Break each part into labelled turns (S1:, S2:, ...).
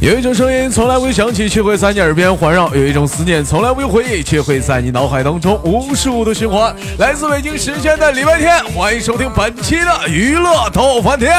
S1: 有一种声音从来未响起，却会在你耳边环绕；有一种思念从来未回忆，却会在你脑海当中无数的循环。来自北京时间的礼拜天，欢迎收听本期的娱乐逗翻天。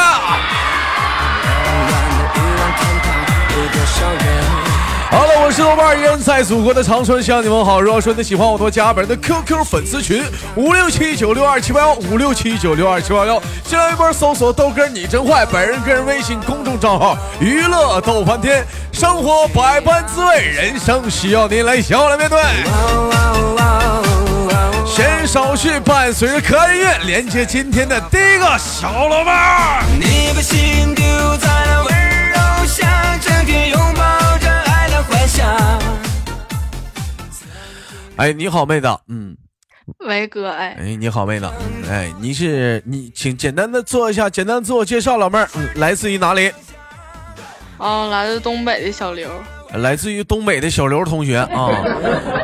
S1: 好了，我是豆瓣儿，依然在祖国的长春向你们好。如果说你喜欢我，多加本人的 QQ 粉丝群五六七九六二七八幺五六七九六二七八幺，新浪微博搜索豆哥你真坏，本人个人微信公众账号娱乐豆翻天，生活百般滋味，人生需要您来笑来面对。闲少叙，伴随着可爱音乐，连接今天的第一个小老妹儿。
S2: 你把心丢在了温柔乡，整天拥抱着爱的幻想。
S1: 哎，你好，妹子，嗯。
S3: 喂，哥，哎，
S1: 哎，你好，妹子。哎，你是你，请简单的做一下简单自我介绍，老妹儿、嗯来自于哪里？
S3: 哦，来自东北的小刘，
S1: 来自于东北的小刘同学啊。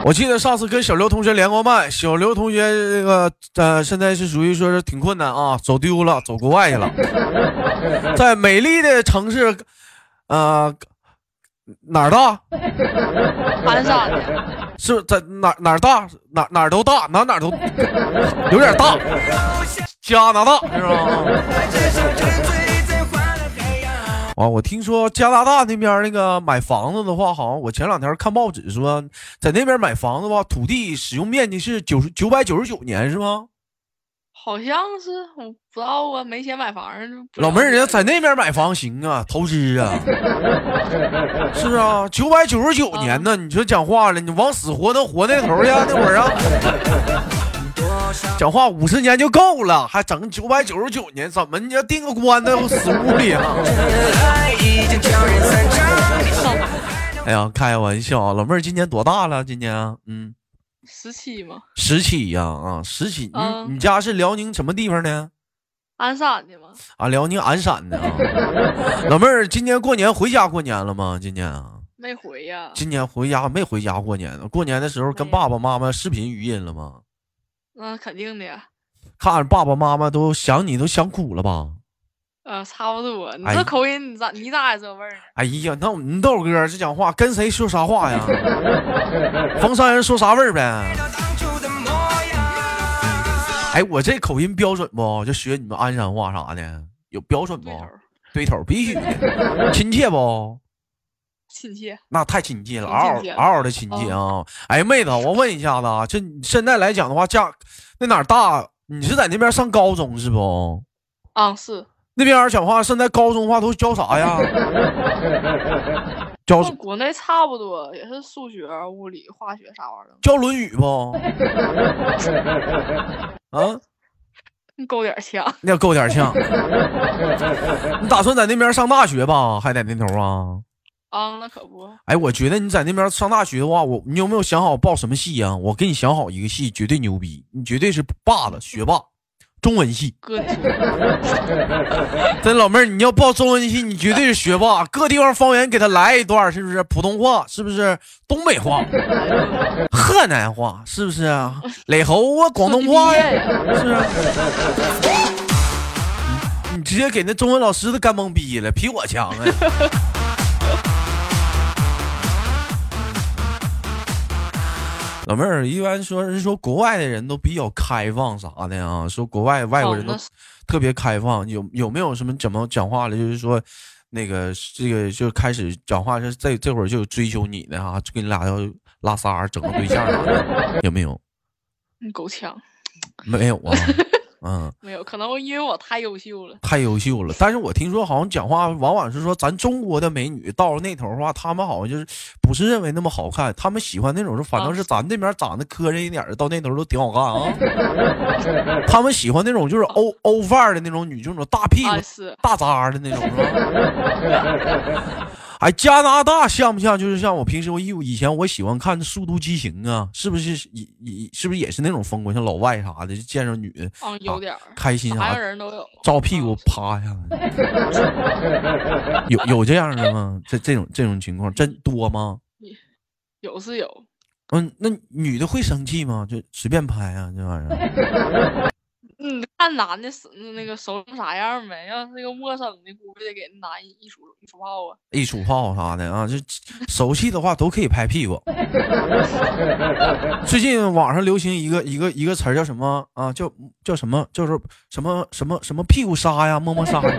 S1: 我记得上次跟小刘同学连过麦，小刘同学这个呃，现在是属于说是挺困难啊，走丢了，走国外去了，在美丽的城市，呃，哪儿大？
S3: 鞍山的，
S1: 是在哪哪儿大哪哪儿都大哪哪儿都有点大，加拿大是吧？啊，我听说加拿大那边那个买房子的话，好像我前两天看报纸说，在那边买房子吧，土地使用面积是九十九百九十九年是吗？
S3: 好像是，我不知道啊，没钱买房就不知道
S1: 老妹儿，人家在那边买房行啊，投资啊，是不是啊？九百九十九年呢，你说讲话了，你往死活能活那头儿去啊？那会儿啊，讲话五十年就够了，还整九百九十九年，怎么你要定个关在死屋里啊？
S2: 爱已经悄然散场。
S1: 哎呀，开玩笑啊，老妹儿今年多大了？今年啊嗯，
S3: 十七嘛，
S1: 十七呀啊，十七。你、
S3: 嗯
S1: 你家是辽宁什么地方呢？
S3: 鞍山的嘛，
S1: 啊，辽宁鞍山的啊。 老妹儿，今年过年回家过年了吗？今年啊？
S3: 没回呀。
S1: 今年回家没回家过年呢？过年的时候跟
S3: 没有
S1: 爸爸妈妈视频语音了吗？
S3: 那肯定的呀，
S1: 看着爸爸妈妈都想你，都想哭了吧？
S3: 呃，差不多。你
S1: 哎
S3: 这口音，你咋你咋也这味儿呢？
S1: 哎呀，那我们豆哥这讲话跟谁说啥话 呀？逢山人说啥味儿呗？
S2: 当初的模样，
S1: 哎，我这口音标准不？就学你们鞍山话啥的，有标准
S3: 对
S1: 不
S3: 头？儿，
S1: 对头，必须的。亲切不？
S3: 亲切。
S1: 那太亲切了，
S3: 挺亲
S1: 嗷嗷
S3: 切的嗯
S1: 嗷嗷的亲切啊！哎，妹子，我问一下子啊，这你现在来讲的话，家那哪儿大？你是在那边上高中是不？
S3: 啊，是
S1: 那边讲话，现在高中话都教啥 呀？教
S3: 跟国内差不多，也是数学、物理、化学啥玩意儿的。
S1: 教《论语》不？啊，
S3: 你够点儿强，
S1: 那够点呛。你打算在那边上大学吧？还在那头啊？
S3: 啊，那可不。
S1: 哎，我觉得你在那边上大学的话，我你有没有想好报什么系呀、我给你想好一个系，绝对牛逼，你绝对是霸的学霸，中文系。
S3: 哥，你说
S1: 真老妹儿，你要报中文系，你绝对是学霸，各地方方言给他来一段，是不是？普通话是不是？东北话、 河南话是不是啊？磊猴啊，广东话呀、是啊。 你你直接给那中文老师都干懵逼了，比我强啊！ 老妹儿，一般说人说国外的人都比较开放啥的啊，说国外外国人都
S3: 哦那是
S1: 特别开放，有有没有什么怎么讲话了？就是说，那个这个就开始讲话，是这这会儿就追求你的啊，就跟你俩要拉撒儿整个对象啥 的，有没有？
S3: 你够强，
S1: 没有啊，嗯，
S3: 没有，可能我因为我太优秀了。
S1: 太优秀了。但是我听说好像讲话往往是说，咱中国的美女到了那头的话，她们好像就是不是认为那么好看，她们喜欢那种是反正
S3: 啊
S1: 是咱这边长得磕碜一点儿的，到那头都挺好看啊。她们喜欢那种就是欧欧范儿的那种女，就那种大屁股
S3: 啊，是
S1: 大渣儿的那种，是吧？ 哎，加拿大像不像？就是像我平时我以以前我喜欢看《速度与激情》啊，是不是也也是不是也是那种风光？像老外啥的，就见着女的
S3: 啊，有点儿。
S1: 开心
S3: 啥
S1: 啥
S3: 样
S1: 的，
S3: 人都有。
S1: 照屁股
S3: 啊
S1: 趴下来，有有这样的吗？这这种这种情况真多吗？
S3: 有是有，
S1: 嗯，那女的会生气吗？就随便拍啊，这玩意儿
S3: 你看男的手嗯那个手成啥样呗，要是那个陌生的，估计得给那男一杵一杵炮啊。
S1: 一杵炮啥的啊，这手气的话都可以拍屁股。 最近网上流行一个一个一个词儿叫什么啊？叫叫什么？叫做什么什么什么屁股杀呀，摸摸杀 呀。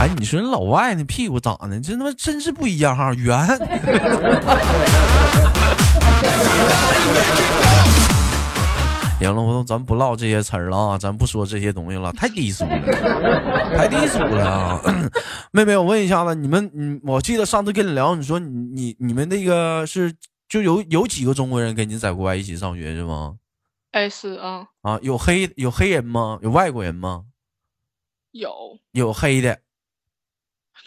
S1: 哎，你说人老外那屁股长得真他妈真是不一样哈，圆。 行了，我说咱不唠这些词儿了啊，咱不说这些东西了，太低俗了。 太低俗了啊！ 妹妹，我问一下子，你们，嗯，我记得上次跟你聊，你说你你你们那个是就有有几个中国人跟你在国外一起上学是吗？
S3: 哎，是啊，
S1: 啊，有黑有黑人吗？有外国人吗？
S3: 有
S1: 有黑的，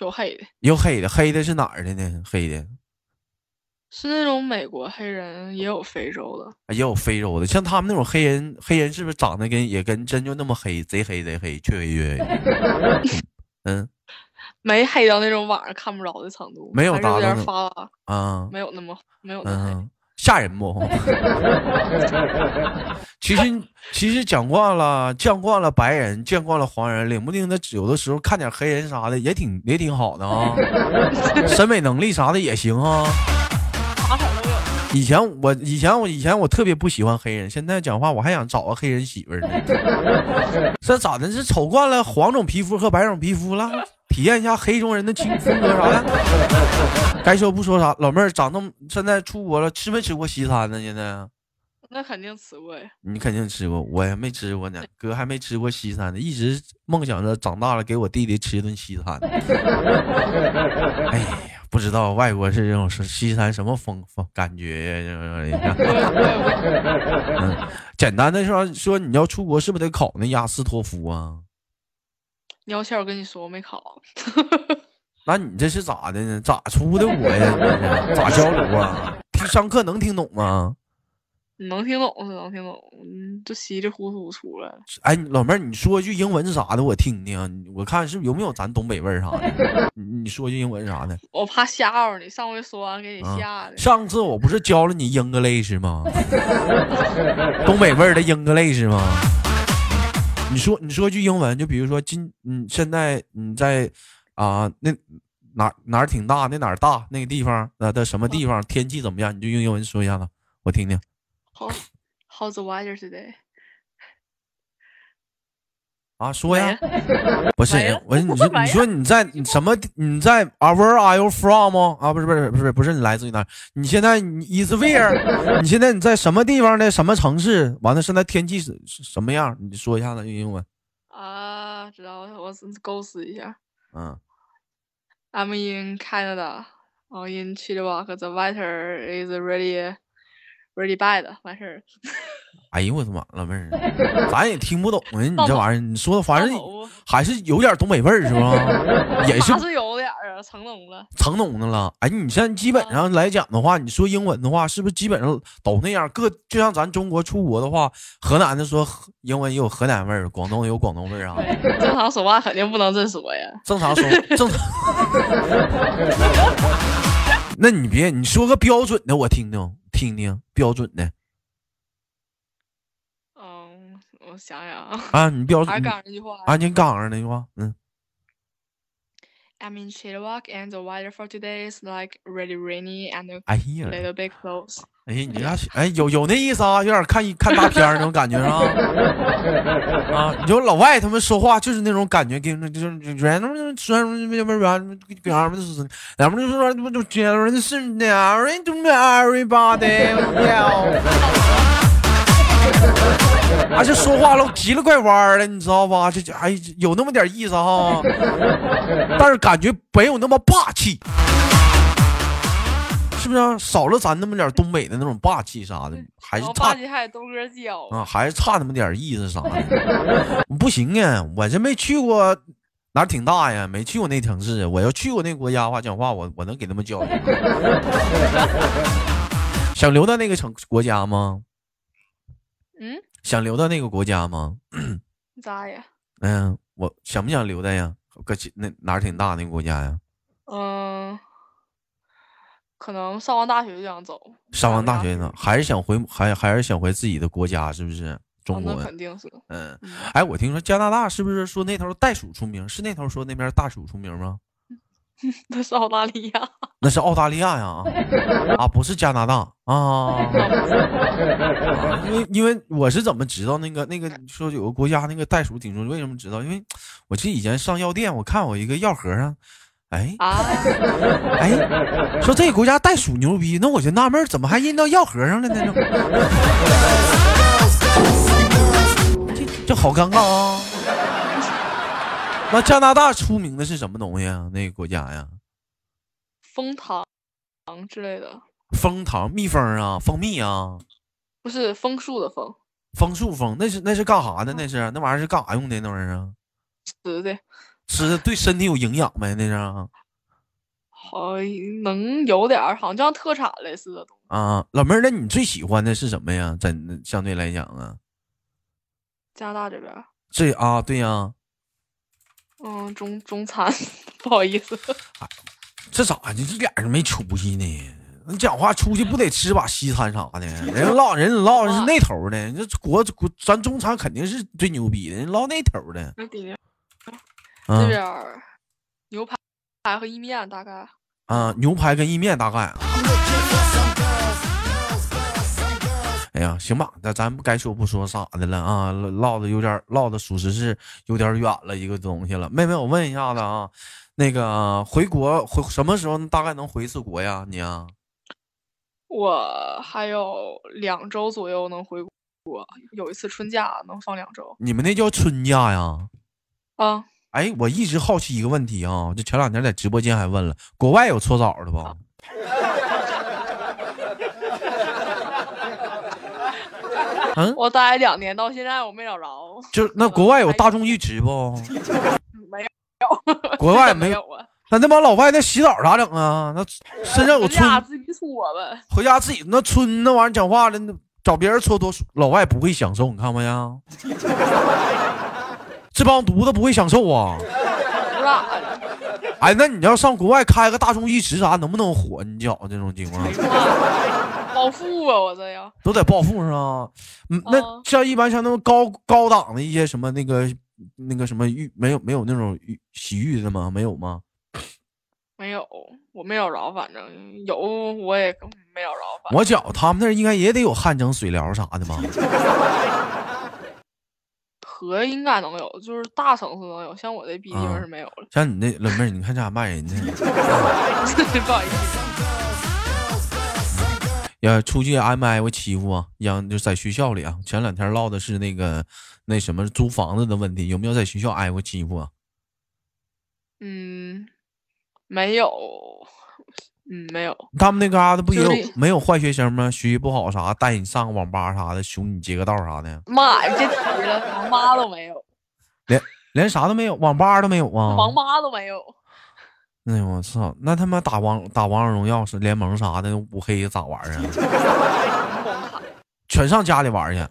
S3: 有黑的，
S1: 有黑的，黑的是哪儿的呢？黑的
S3: 是那种美国黑人，也有非洲的。
S1: 也有哎非洲的，像他们那种黑人，黑人是不是长得跟也跟真就那么黑，贼黑贼黑，黢黑黢黑？ 嗯
S3: 没黑到那种网上看不着的程度，
S1: 没有
S3: 还是
S1: 达
S3: 有
S1: 到
S3: 点
S1: 那
S3: 发，
S1: 啊，
S3: 没有那么没有那么黑。
S1: 嗯，吓人不？其实其实讲惯了，见惯了白人，见惯了黄人，领不定他有的时候看点黑人啥的也挺也挺好的啊，审美能力啥的也行啊。
S3: 啥色儿都有。
S1: 以前我以前我以前我特别不喜欢黑人，现在讲话我还想找个黑人媳妇儿呢。这咋的？是瞅惯了黄种皮肤和白种皮肤了，体验一下黑中人的情风格啥的。该说不说啥，老妹儿长那么现在出国了，吃没吃过西餐呢？现在
S3: 那肯定吃过呀。
S1: 你肯定吃过，我也没吃过呢，哥还没吃过西餐呢，一直梦想着长大了给我弟弟吃一顿西餐。哎呀，不知道外国是这种是西餐什么风风感觉呀？这玩意儿
S3: 我也我也不
S1: 简单的说说，你要出国是不是得考那雅思托福啊？
S3: 你要钱，我跟你说，我没考。
S1: 那你这是咋的呢？咋出的国呀？你这是咋交流啊？听上课能听懂吗？
S3: 你能听懂是能听懂，嗯，就稀里糊涂出来了。
S1: 哎，老妹儿，你说句英文啥的，我听听啊，你我看是不是有没有咱东北味儿啥的。 你你说句英文啥的。
S3: 我怕吓着你，上回说完给你
S1: 啊
S3: 吓的。
S1: 上次我不是教了你 English 吗？东北味儿的 English 吗？你说你说句英文，就比如说今嗯，现在你在啊、那哪哪儿挺大，那哪儿大那个地方呃的什么地方天气怎么样，你就用英文说一下子，我听听。
S3: 好，How's the weather today？
S1: 啊，说呀，
S3: 喂
S1: 不是
S3: 玩呀，
S1: 我说你说
S3: 玩呀
S1: 你说你在你什么地你在啊 Where are you from？啊，不是不是不是不是你来自于哪儿？你现在你 is where？你现在你在什么地方的什么城市？完了现在天气是是什么样？你说一下子用英文。
S3: 啊，知道了，我构思一下。
S1: 嗯
S3: I'm in Canada. 哦 I'm in Chilliwack. The weather is really, really bad. 完事儿，
S1: 哎呦我的妈，老妹儿，咱也听不懂啊！你
S3: 到
S1: 这
S3: 头
S1: 玩意儿，你说的反正
S3: 到头
S1: 还是有点东北味儿是 吧？也是
S3: 啥是有点儿啊，成龙了。
S1: 成懂的了。哎，你像基本上来讲的话，你说英文的话，是不是基本上都那样？各就像咱中国出国的话，河南的说河英文也有河南味儿，广东也有广东味儿啊。
S3: 对，正常说话肯定不能这说呀。
S1: 正常说，正常。 那你别，你说个标准的，我听听听听标准的
S3: 嗯，我想想啊，
S1: 啊，你标准
S3: 还是
S1: 你
S3: 刚才那句话
S1: 啊，你刚上那句话，嗯，
S3: I'm in Chilliwack and the weather for today is like really rainy and a
S1: 哎呀，
S3: little bit close.
S1: 哎呀，你家哎有有那意思啊，有点看一看大片儿那种感觉啊啊！你说老外他们说话就是那种感觉，跟那就是人他们说什么什么人，给俺们就是，俺们就说不就觉得人是哪人就 everybody 而且说话老急了拐弯儿了，你知道吧？这这哎有那么点意思哈，但是感觉没有那么霸气。是不是、啊、少了咱那么点儿东北的那种霸气啥的，还是
S3: 然后
S1: 差
S3: 霸气还有东哥教，
S1: 啊，还是差那么点儿意思啥的。 不行啊，我这没去过哪儿挺大呀，没去过那城市。啊我要去过那国家话讲话，我我能给他们教育。 想留到那个城国家吗？
S3: 嗯，
S1: 想留到那个国家吗？
S3: 咋呀？
S1: 嗯，我想不想留在呀？搁其那哪儿挺大那个国家呀？
S3: 嗯，可能上完大学就想走。
S1: 上完大
S3: 上
S1: 学呢，还是想回，还还是想回自己的国家，是不是？中国
S3: 哦，那
S1: 人，
S3: 肯定是。
S1: 嗯，
S3: 嗯
S1: 哎，我听说加拿大是不是说那头袋鼠出名？是那头说那边大鼠出名吗？
S3: 那是澳大利亚，
S1: 那是澳大利亚呀，啊啊，不是加拿大啊。 因为因为我是怎么知道那个那个说有个国家那个袋鼠挺出名？为什么知道？因为我记得以前上药店，我看我一个药盒上，哎
S3: 啊，
S1: 哎，说这个国家袋鼠牛逼，那我就纳闷儿怎么还印到药盒上了呢？这这好尴尬啊！那加拿大出名的是什么东西啊？那个国家呀，
S3: 蜂糖糖之类的，
S1: 蜂糖、蜜蜂啊，蜂蜜啊，
S3: 不是枫树的枫，
S1: 枫树蜂，那是那是干啥的？那是那玩意儿是干啥用的？那玩意儿啊，
S3: 吃的
S1: 吃的对身体有营养呗？那是啊
S3: 好能有点儿，好像就像特产类似的东西。
S1: 啊，老妹儿，那你最喜欢的是什么呀？在那相对来讲啊，
S3: 加拿大这边儿，
S1: 这啊，对呀、
S3: 嗯，中中餐， 不好意思，
S1: 这咋的？一点儿都没出息呢？你讲话出去不得吃把西餐啥的？人家唠人家唠是那头的，这国国咱中餐肯定是最牛逼的，人唠那头的。
S3: 那底下
S1: 啊
S3: 这边儿牛排排和意面大概，
S1: 啊，牛排跟意面大概。啊哎呀，行吧，那咱该说不说啥的了啊，唠的有点唠的属实是有点远了一个东西了。妹妹，我问一下子啊，那个回国回什么时候大概能回一次国呀？你啊？
S3: 我还有两周左右能回国，有一次春假能放两周
S1: 你们那叫春假呀？
S3: 啊。
S1: 哎，我一直好奇一个问题啊，就前两天在直播间还问了，国外有搓澡的不？
S3: 我待两年到现在我没找着，
S1: 就是那国外有大众浴池不？
S3: 没有，
S1: 国外
S3: 没
S1: 没有，
S3: 有啊。
S1: 那那帮老外那洗澡咋整啊？那身上有
S3: 春假
S1: 春，
S3: 自己搓 呗，
S1: 回家自己那春那玩意儿讲话了，那找别人搓多舒，老外不会享受，你看没呀？这帮犊子不会享受啊！
S3: 不咋的。
S1: 哎，那你要上国外开个大众浴池啥，能不能火？你觉这种情况？
S3: 暴富啊！我这要
S1: 都得暴富是吧？嗯，那
S3: 哦
S1: 像一般像那种高高档的一些什么那个那个什么浴，没有没有那种浴洗浴的吗？没有吗？
S3: 没有，我没找着，反正有我也根本没找着，反正
S1: 我觉他们那儿应该也得有汗蒸、水疗啥的吧？
S3: 河应该能有，就是大城市能有，像我这逼地方
S1: 啊
S3: 是没有了，
S1: 像你那老妹儿，你看这咋骂人呢？嗯
S3: 不好意思。
S1: 要出去挨没挨过欺负啊？让就在学校里啊，前两天唠的是那个那什么租房子的问题，有没有在学校挨过欺负啊？
S3: 嗯，没有，嗯，没有，
S1: 他们那嘎达不也有
S3: 就是
S1: 没有坏学生吗？学习不好啥，带你上个网吧啥的，熊你截个道啥的，
S3: 妈呀，别提了，王八都没有，
S1: 连连啥都没有，网吧都没有啊？
S3: 王八都没有，
S1: 哎呦我操！那他妈打王打王者荣耀是联盟啥的五黑咋玩啊？
S3: 甭甭看
S1: 全上家里玩去，
S3: 啊，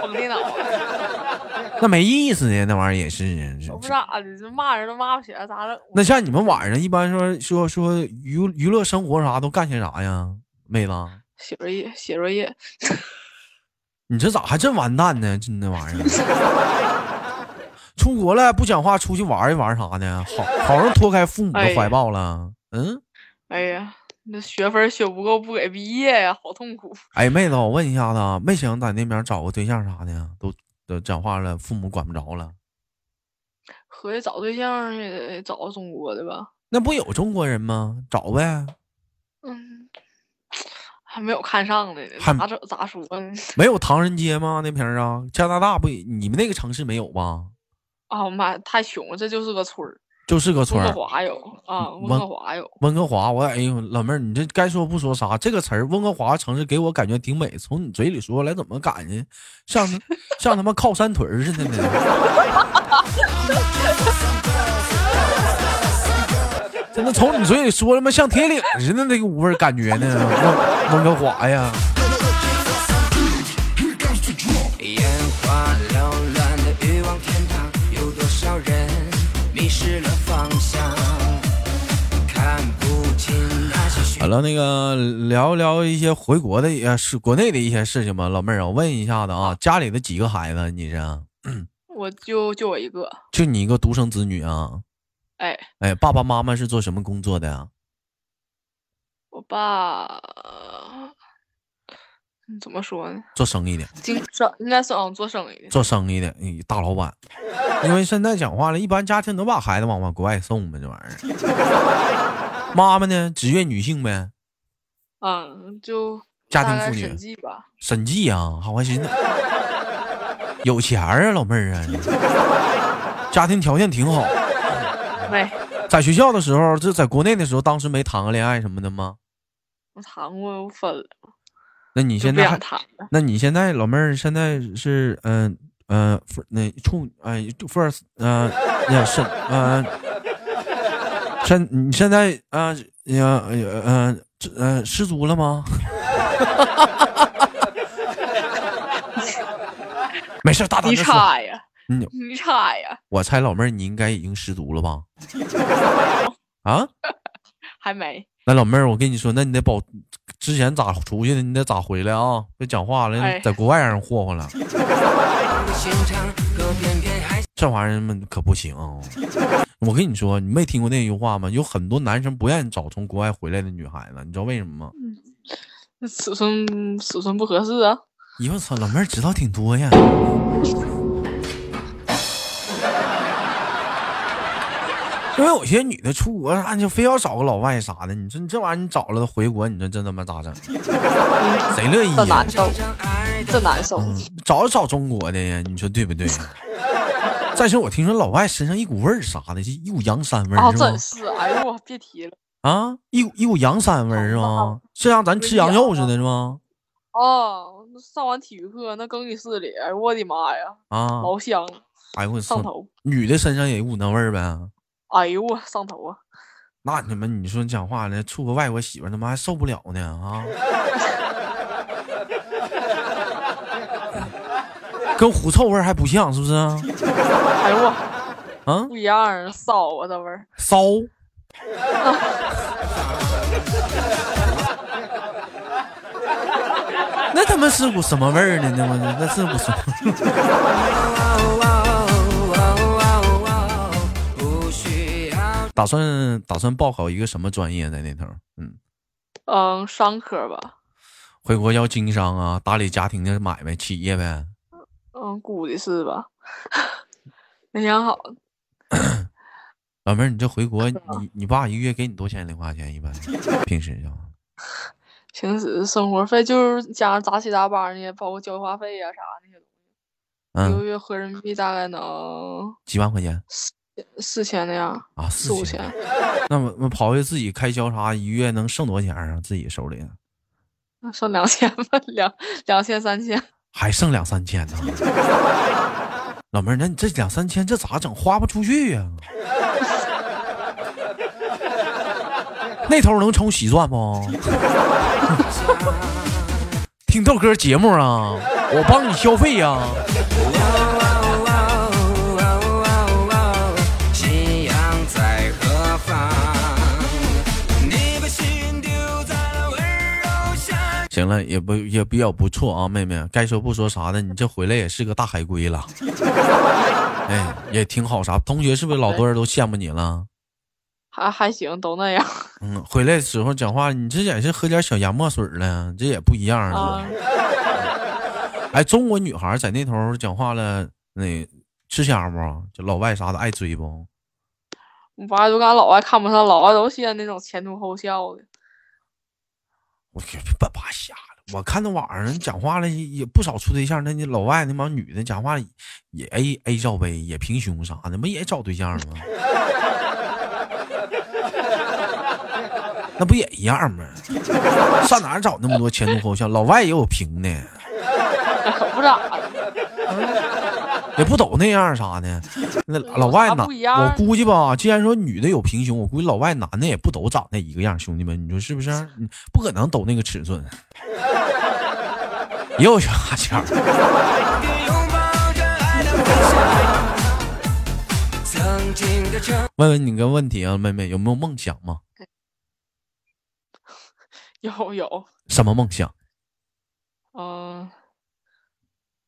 S3: 甭电脑啊，
S1: 那没意思呢，那玩意儿也是。
S3: 我不知道，啊这骂人都骂不起来，咋整？
S1: 那像你们晚上一般说说说娱娱乐生活啥都干些啥呀，妹子？
S3: 写作业，写作业，
S1: 你这咋还真完蛋呢？这那玩意儿， 出国了不讲话，出去玩一玩啥的，好好容易脱开父母的怀抱了。嗯，
S3: 哎呀，那学分儿学不够，不给毕业呀，好痛苦。
S1: 哎，妹子，我问一下子啊，没想在那边找个对象啥的呀，都都讲话了，父母管不着了。
S3: 合计找对象也得找个中国的吧？
S1: 那不有中国人吗？找呗，
S3: 嗯， 还没有看上的呢，
S1: 还
S3: 咋整？咋说呢？
S1: 没有唐人街吗？那片儿啊，加拿大不也，你们那个城市没有吧？
S3: 啊，我妈呀，太穷了，这就是个村儿。
S1: 就是个村
S3: 温
S1: 儿
S3: 哥。华有啊，
S1: 嗯
S3: 温哥华有，
S1: 温哥华，我哎呦，老妹儿，你这该说不说啥？这个词儿，温哥华城市给我感觉挺美，从你嘴里说出来怎么感觉像像他妈靠山屯儿似的呢？真的从你嘴里说他妈像铁岭似的那个股份儿感觉呢？温温哥华呀，
S2: 眼花缭乱的欲望天堂，有多少人迷失了方向？看不清
S1: 好了，那个聊一聊一些回国的呃是国内的一些事情吧。老妹儿啊，我问一下子啊，家里的几个孩子？啊你是
S3: 我就就我一个，
S1: 就你一个独生子女啊？
S3: 哎，
S1: 哎，爸爸妈妈是做什么工作的呀、
S3: 我爸，呃嗯怎么说呢？
S1: 做生意的，
S3: 经商应该是嗯做生意的，
S1: 做生意的，嗯大老板。因为现在讲话了，一般家庭能把孩子往往国外送吗？这玩意儿。妈妈呢，职业女性呗，
S3: 嗯，就
S1: 家庭
S3: 大概
S1: 妇女
S3: 审计吧，
S1: 审计啊，好还寻思有钱儿啊，老妹儿啊，你家庭条件挺好。
S3: 没，
S1: 在学校的时候，这在国内的时候，当时没谈过恋爱什么的吗？
S3: 我谈过，我分了，
S1: 那你
S3: 就
S1: 现
S3: 不
S1: 在
S3: 想
S1: 还？
S3: 谈了，
S1: 那你现在老妹儿现在是嗯嗯那处哎 first 嗯也是嗯现你现在啊呀呃嗯嗯失足了吗？ 没事，大胆
S3: 你
S1: 的说。
S3: 猜呀，
S1: 嗯
S3: 你猜呀，
S1: 我猜老妹儿你应该已经失足了吧？ 啊？
S3: 还没，
S1: 那老妹儿，我跟你说，那你得保，之前咋出去的，你得咋回来啊？别讲话了，
S3: 哎
S1: 在国外让人霍霍了，
S2: 心肠够偏偏还
S1: 这玩意儿们可不行 啊！我跟你说，你没听过那句话吗？有很多男生不愿意找从国外回来的女孩子，你知道为什么吗？
S3: 那尺寸尺寸不合适啊，
S1: 你我操，老妹儿知道挺多呀。 因为有些女的出国啥，就非要找个老外啥的，你说你这玩意儿你找了回国，你说这他妈咋整？谁乐意
S3: 这
S1: 哎呀嗯
S3: 难？受，
S2: 让爱的
S3: 这难受，
S1: 找找中国的呀，你说对不对？ 再说我听说老外身上一股味儿啥的，就一股洋膻味
S3: 啊，
S1: 儿是
S3: 真
S1: 吗？
S3: 是，哎呦我别提了，
S1: 啊，一股一股洋膻味儿是吗？是像咱吃羊肉似的是吗？
S3: 哦，那上完体育课那更衣室里，哎呦我的妈呀，
S1: 啊，
S3: 老香，
S1: 哎呦我
S3: 上
S1: 操，
S3: 头，
S1: 女的身上也有股那味儿呗？
S3: 哎呦我上头啊，
S1: 那你们你说你讲话呢，处个外国媳妇儿他妈还受不了呢啊！跟狐臭味儿还不像是不是啊？
S3: 哎呦我
S1: 啊，
S3: 不一样儿，骚啊这味儿，
S1: 骚。那他妈是股什么味儿呢？那么那是股什么？
S2: 哦哦哦哦哦不需要
S1: 打算打算报考一个什么专业在那头？嗯，
S3: 嗯，商科吧，
S1: 回国要经商啊，打理家庭的买卖企业呗。
S3: 嗯，估计是吧， 没想好，
S1: 老妹儿，你这回国，你
S3: 啊
S1: 你爸一个月给你多少钱零花钱？ 一般平时就
S3: 平时生活费就是加上杂七杂八那些，包括交话费呀、啥那些东西，一个
S1: 嗯
S3: 月合人民币大概能
S1: 几万块钱
S3: 四千那样，
S1: 啊，
S3: 四五
S1: 千
S3: 千。。
S1: 那么那刨去自己开销啥，一月能剩多少钱啊？自己手里
S3: 那剩两千吧，两两千三千，
S1: 还剩两三千呢。 老妹儿，那你这两三千这咋整？花不出去呀、 那头能冲洗钻不？ 听豆哥节目啊，我帮你消费呀、
S2: 哦哦哦哦信仰在何方？你把心丢在了温柔乡。
S1: 行了，也不也比较不错啊，妹妹，该说不说啥的，你这回来也是个大海归了，哎，也挺好啥。同学是不是老多人都羡慕你了？
S3: 还还行，都那样
S1: 嗯，回来的时候讲话，你这也是喝点小洋墨水了，这也不一样
S3: 啊
S1: 了。。哎，中国女孩在那头讲话了，那吃香不？就老外啥的爱追不？
S3: 我爸就跟俺老外看不上，老外都嫌那种前凸后翘的。
S1: 我去，别扒瞎了。我看那网上讲话了，也不少处对象，那你老外那帮女的讲话也 A A 罩杯，也平胸啥的，不也找对象吗？ 那不也一样吗？上哪儿找那么多前凸后翘？老外也有平的，
S3: 可不咋的，
S1: 也不都那样啥的。那老外
S3: 有啥
S1: 哪？
S3: 不一样
S1: 我估计吧，既然说女的有平胸，我估计老外男的也不都长得一个样，兄弟们，你说是不是？嗯不可能都那个尺寸， 也有小哈欠儿。
S2: 拥抱着爱的幻想。曾经的城
S1: 问问你个问题啊，妹妹，有没有梦想吗？
S3: 有有，
S1: 什么梦想？
S3: 嗯，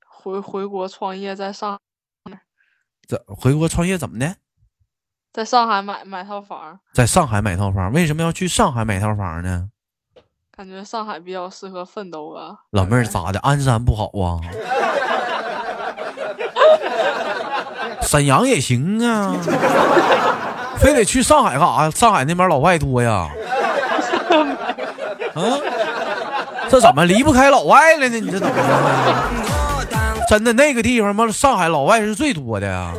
S3: 回回国创业，在上
S1: 怎回国创业怎么的？
S3: 在上海买买套房儿，
S1: 在上海买套房，为什么要去上海买套房呢？
S3: 感觉上海比较适合奋斗啊。
S1: 老妹儿咋的？鞍山不好啊？沈阳也行啊，非得去上海干啥？上海那边老外多呀。啊，这怎么离不开老外了呢？你这怎么的？真的那个地方嘛，上海老外是最多的呀。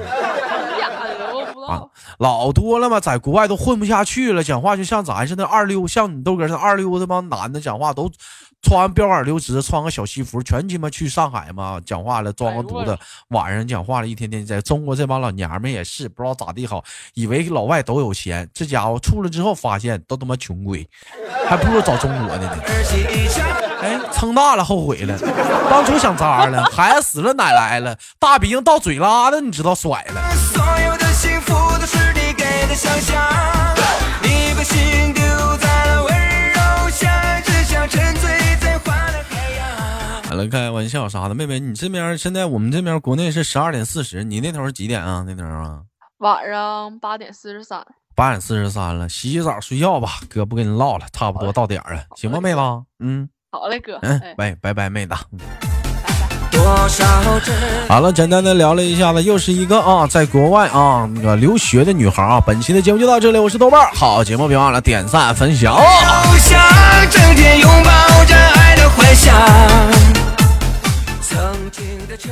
S3: 假的，哎我不知
S1: 啊
S3: 道。，
S1: 老多了嘛，在国外都混不下去了，讲话就像咱似的二溜，像你豆哥似的二溜，这帮男的讲话都穿标杆溜直，穿个小西服，全鸡巴去上海嘛，讲话了装个犊子，晚上讲话了，一天天在中国这帮老娘们也是不知道咋地好，以为老外都有钱，这家伙处了之后发现都他妈穷鬼，还不如找中国的呢。
S2: 儿媳一笑，
S1: 哎，撑大了后悔了，当初想渣了，孩子死了奶来了，大鼻子到嘴拉的，你知道甩了。
S2: 所有的幸福都是你给的想象，你把心丢在了温柔乡，只想沉醉在欢乐海洋。
S1: 完了，开玩笑啥的，妹妹，你这边现在我们这边国内是十二点四十，你那头是几点啊？那头啊，
S3: 晚上八点四十三，
S1: 八点四十三了，洗洗澡睡觉吧，哥不跟你唠了，差不多到点儿了，行吧，妹子？嗯
S3: 好嘞，哥，
S1: 嗯
S3: 哎，，
S1: 拜拜拜，妹子。嗯
S2: 多少真
S1: 好了，简单的聊了一下子，又是一个啊，在国外啊那个留学的女孩啊。本期的节目就到这里，我是豆瓣儿，好节目别忘了点赞分享哦。
S2: 梦想，整天拥抱着爱的幻想。曾经的承